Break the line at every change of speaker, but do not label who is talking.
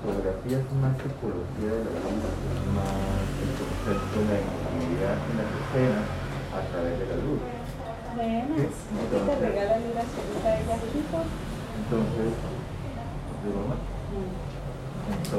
psicología es una psicología de la vida, es más el concepto de la intimidad en la escena a través de la luz.
Bueno, ¿y te regalan una cerveza de gallito?
Entonces, ¿de broma?
Mm.
Entonces,